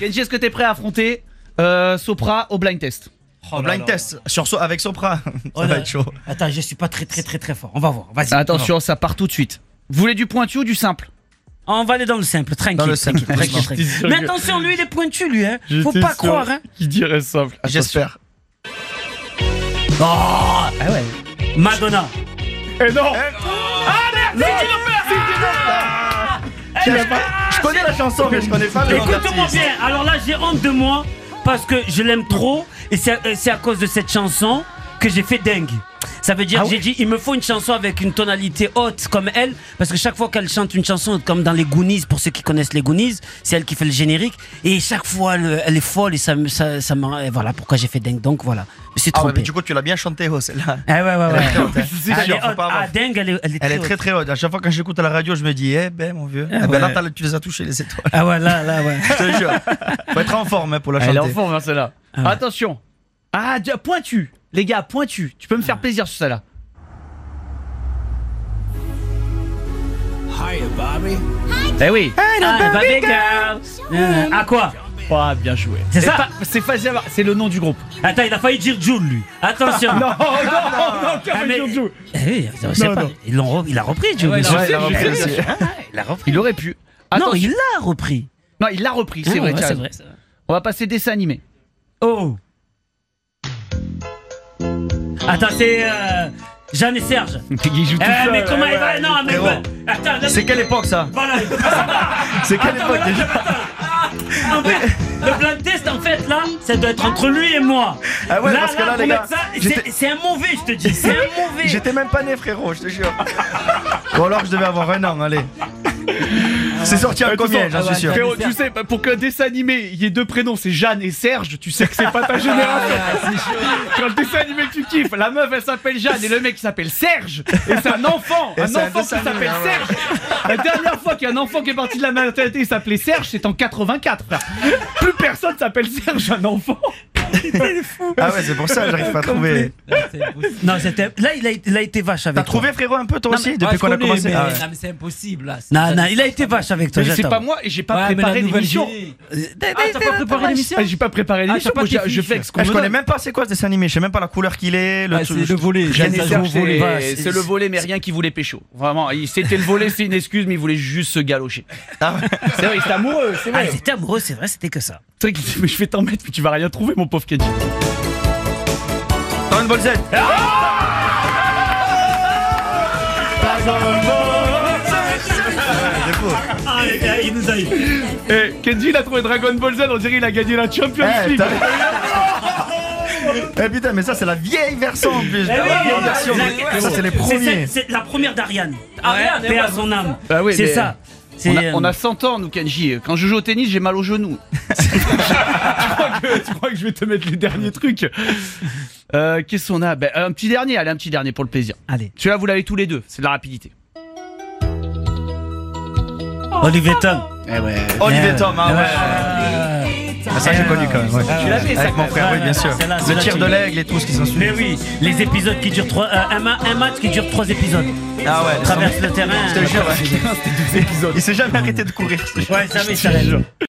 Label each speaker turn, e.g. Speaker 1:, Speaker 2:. Speaker 1: Kenji, est-ce que t'es prêt à affronter euh, Sopra au blind test
Speaker 2: Au Oh, blind test sur so- avec Sopra. Ça
Speaker 3: Oh
Speaker 2: va
Speaker 3: là.
Speaker 2: être chaud.
Speaker 3: Attends, je suis pas très très très très fort. On va voir. Vas-y.
Speaker 1: Bah, Attention, ça part tout de suite. Vous voulez du pointu ou du simple
Speaker 3: On va, on va aller dans le simple, tranquille.
Speaker 2: Dans le simple,
Speaker 3: tranquille, tranquille,
Speaker 2: tranquille.
Speaker 3: tranquille. Mais attention, lui, il est pointu, lui. Hein. Faut
Speaker 4: J'étais
Speaker 3: pas
Speaker 4: sûr.
Speaker 3: croire. Hein.
Speaker 4: Il dirait simple.
Speaker 2: J'espère.
Speaker 3: Madonna.
Speaker 4: Et non
Speaker 2: Je connais la chanson, mais je connais pas le nom de
Speaker 3: Écoute-moi
Speaker 2: l'artiste.
Speaker 3: bien. Alors là, j'ai honte de moi parce que je l'aime trop et c'est et c'est à cause de cette chanson que j'ai fait dingue. Ça veut
Speaker 2: Ah
Speaker 3: dire que j'ai dit il me faut une chanson avec une tonalité haute comme elle parce que chaque fois qu'elle chante une chanson comme dans les Goonies pour ceux qui connaissent les Goonies, c'est elle qui fait le générique et chaque fois elle, elle est folle et ça me ça, ça m'en- et voilà pourquoi j'ai fait dingue donc voilà. Je me suis
Speaker 2: Ah ouais,
Speaker 3: trompé.
Speaker 2: mais du coup, tu l'as bien chanté, oh, celle-là.
Speaker 3: Ah ouais ouais
Speaker 2: Elle est
Speaker 3: ouais.
Speaker 2: très haute, hein.
Speaker 3: Elle est
Speaker 2: Faut
Speaker 3: haute.
Speaker 2: pas avoir-
Speaker 3: Ah, dingue, elle est, elle est
Speaker 2: Elle est
Speaker 3: haute.
Speaker 2: très très haute. À chaque fois quand j'écoute à la radio, je me dis, eh ben mon vieux, eh ben là, t'as- tu les as touchés les étoiles.
Speaker 3: Ah ouais, là, là, ouais.
Speaker 2: Je te jure. Faut être en forme hein, pour la
Speaker 1: Elle est en
Speaker 2: chanter.
Speaker 1: forme, hein, celle-là.
Speaker 3: Ah ouais.
Speaker 1: Attention. Ah, déjà, pointu. Les gars, pointu. Tu peux me faire plaisir sur celle-là. Eh oui.
Speaker 3: Ah, baby girl. Euh, à quoi
Speaker 1: Pas Oh, bien joué.
Speaker 3: C'est
Speaker 1: Et
Speaker 3: ça.
Speaker 1: pas- C'est facile à voir. C'est le nom du groupe.
Speaker 3: Attends, il a failli dire Jules, lui. Attention.
Speaker 1: Oh, non, non,
Speaker 3: Ah, mais- Eh oui, on sait pas. Ils l'ont re- il a repris, Jules.
Speaker 1: Ouais,
Speaker 3: bien
Speaker 1: non,
Speaker 3: sûr.
Speaker 2: Ouais,
Speaker 1: Je sais,
Speaker 2: elle est en
Speaker 1: je
Speaker 2: forme
Speaker 1: sais.
Speaker 2: aussi.
Speaker 3: il a repris.
Speaker 1: Il aurait pu. Attends,
Speaker 3: Non, il l'a repris.
Speaker 1: non, il l'a repris, c'est
Speaker 3: Ah,
Speaker 1: vrai,
Speaker 3: ouais,
Speaker 1: t'as
Speaker 3: c'est
Speaker 1: raison.
Speaker 3: vrai, c'est vrai.
Speaker 1: On va passer dessin animé.
Speaker 3: Oh. Attends, c'est euh, Jeanne et Serge.
Speaker 1: Il joue tout
Speaker 3: Eh,
Speaker 1: seul.
Speaker 3: mais comment il va
Speaker 2: ouais,
Speaker 3: Non, mais
Speaker 2: frérot.
Speaker 3: ouais. attends, là,
Speaker 2: C'est quelle époque ça
Speaker 3: voilà, il peut pas savoir.
Speaker 2: C'est quelle
Speaker 3: Attends,
Speaker 2: époque
Speaker 3: voilà,
Speaker 2: déjà
Speaker 3: attends. Ah, en fait, le blind test, en fait, là, ça doit être entre lui et moi.
Speaker 2: Ah ouais, parce que là,
Speaker 3: pour
Speaker 2: les gars,
Speaker 3: mettre ça,
Speaker 2: j'étais-
Speaker 3: c'est- c'est un mauvais, je te dis. C'est un mauvais.
Speaker 2: J'étais même pas né, frérot, je te jure. Ah Ou alors je devais avoir un an, allez. C'est sorti à combien, j'en suis sûr.
Speaker 1: Frérot,
Speaker 3: Serge.
Speaker 1: tu sais, bah, pour qu'un dessin animé, il y ait deux prénoms, c'est Jeanne et Serge, tu sais que c'est pas ta génération.
Speaker 2: Ah,
Speaker 1: Quand le dessin animé que tu kiffes, la meuf elle s'appelle Jeanne et le mec il s'appelle Serge, et c'est un enfant,
Speaker 2: Et
Speaker 1: un
Speaker 2: c'est un
Speaker 1: enfant qui
Speaker 2: dessin animé,
Speaker 1: s'appelle
Speaker 2: hein,
Speaker 1: Serge. La dernière fois qu'il y a un enfant qui est parti de la maternité, il s'appelait Serge, c'est en 84, frère. Plus personne s'appelle Serge, un enfant.
Speaker 2: Ah ouais, c'est pour ça, j'arrive pas à trouver.
Speaker 5: Ah,
Speaker 3: Non, c'était. Là, il a, il a été vache avec
Speaker 2: T'as
Speaker 3: toi.
Speaker 2: trouvé, frérot, un peu toi
Speaker 5: Non,
Speaker 2: aussi,
Speaker 5: mais-
Speaker 2: depuis
Speaker 5: ouais,
Speaker 2: qu'on
Speaker 5: je
Speaker 2: a
Speaker 5: connais,
Speaker 2: commencé
Speaker 5: mais-
Speaker 2: Ah ouais.
Speaker 5: Non, mais c'est impossible là.
Speaker 3: Non, non, il a été vache avec toi.
Speaker 1: Mais c'est
Speaker 3: j'attends.
Speaker 1: pas moi et j'ai pas
Speaker 5: Ouais, mais la
Speaker 1: préparé
Speaker 5: nouvelle
Speaker 1: l'émission.
Speaker 5: génie.
Speaker 3: Ah,
Speaker 5: t'as pas préparé l'émission
Speaker 1: Ah, J'ai pas préparé l'émission,
Speaker 5: t'as pas
Speaker 1: moi, je-
Speaker 5: tes
Speaker 1: je
Speaker 5: fiches.
Speaker 1: fais avec ce qu'on
Speaker 2: Ah, Je
Speaker 1: me
Speaker 2: connais
Speaker 1: donne.
Speaker 2: même pas c'est quoi ce dessin animé, je sais même pas la couleur qu'il est, le
Speaker 5: Ah, C'est
Speaker 2: truc.
Speaker 5: le volet.
Speaker 2: Jeanne et
Speaker 5: Ça se
Speaker 2: Serge,
Speaker 5: joue au
Speaker 1: C'est
Speaker 5: volet.
Speaker 3: Voilà,
Speaker 1: Bah, c'est
Speaker 3: c'est-
Speaker 1: le volet, mais rien qui voulait pécho. Vraiment, il- c'était le volet, c'est une excuse, mais il voulait juste se galocher.
Speaker 2: Ah ouais.
Speaker 1: C'est vrai, il était amoureux, c'est
Speaker 3: Ah,
Speaker 1: vrai.
Speaker 3: ils étaient amoureux, c'est vrai, c'était que ça.
Speaker 1: C'est vrai qu'il dit, mais je vais t'en mettre, mais tu vas rien trouver, mon pauvre Kenji.
Speaker 2: Dragon Ball Z. Ouais, de fou.
Speaker 3: Ah, les gars, il nous a eu.
Speaker 1: Eh, Kenji, il a trouvé Dragon Ball Z, on dirait qu'il a gagné la Champions
Speaker 2: Eh,
Speaker 1: League.
Speaker 2: t'as- Eh, putain, mais ça c'est la vieille version en plus. La vieille version. Ça c'est les premiers.
Speaker 3: C'est la première d'Ariane.
Speaker 5: Ariane,
Speaker 3: Ariane, eh paix
Speaker 5: ouais.
Speaker 3: à son âme.
Speaker 1: Ah oui,
Speaker 3: c'est
Speaker 1: mais-
Speaker 3: ça. C'est,
Speaker 1: On a, on a
Speaker 3: euh,
Speaker 1: 100 ans, nous, Kenji. Quand je joue au tennis, j'ai mal au genou. tu, crois que, tu crois que je vais te mettre les derniers trucs Euh, Qu'est-ce qu'on a Ben, Un petit dernier, allez, un petit dernier pour le plaisir.
Speaker 3: euh, Allez,
Speaker 1: Celui-là, vous l'avez tous les deux, c'est de la rapidité.
Speaker 3: Olivier Tom.
Speaker 2: Olivier Tom, ah ouais. Ah, Ça j'ai
Speaker 3: Ouais,
Speaker 2: connu quand même. ouais.
Speaker 3: Tu l'avais, ça,
Speaker 2: Avec mon frère, oui,
Speaker 3: ouais,
Speaker 2: bien
Speaker 3: ouais,
Speaker 2: sûr.
Speaker 3: celle-là,
Speaker 2: Le
Speaker 3: celle-là,
Speaker 2: tir
Speaker 3: tu
Speaker 2: de
Speaker 3: l'as.
Speaker 2: l'aigle et tout ce qui s'ensuit.
Speaker 3: Mais oui, les épisodes qui durent trois. euh, un, ma- un match qui dure trois épisodes.
Speaker 2: Ah ouais,
Speaker 3: Traverse le terrain.
Speaker 2: Je te jure, ouais. Il s'est jamais arrêté de courir.
Speaker 3: Ouais, ça, mais ça reste.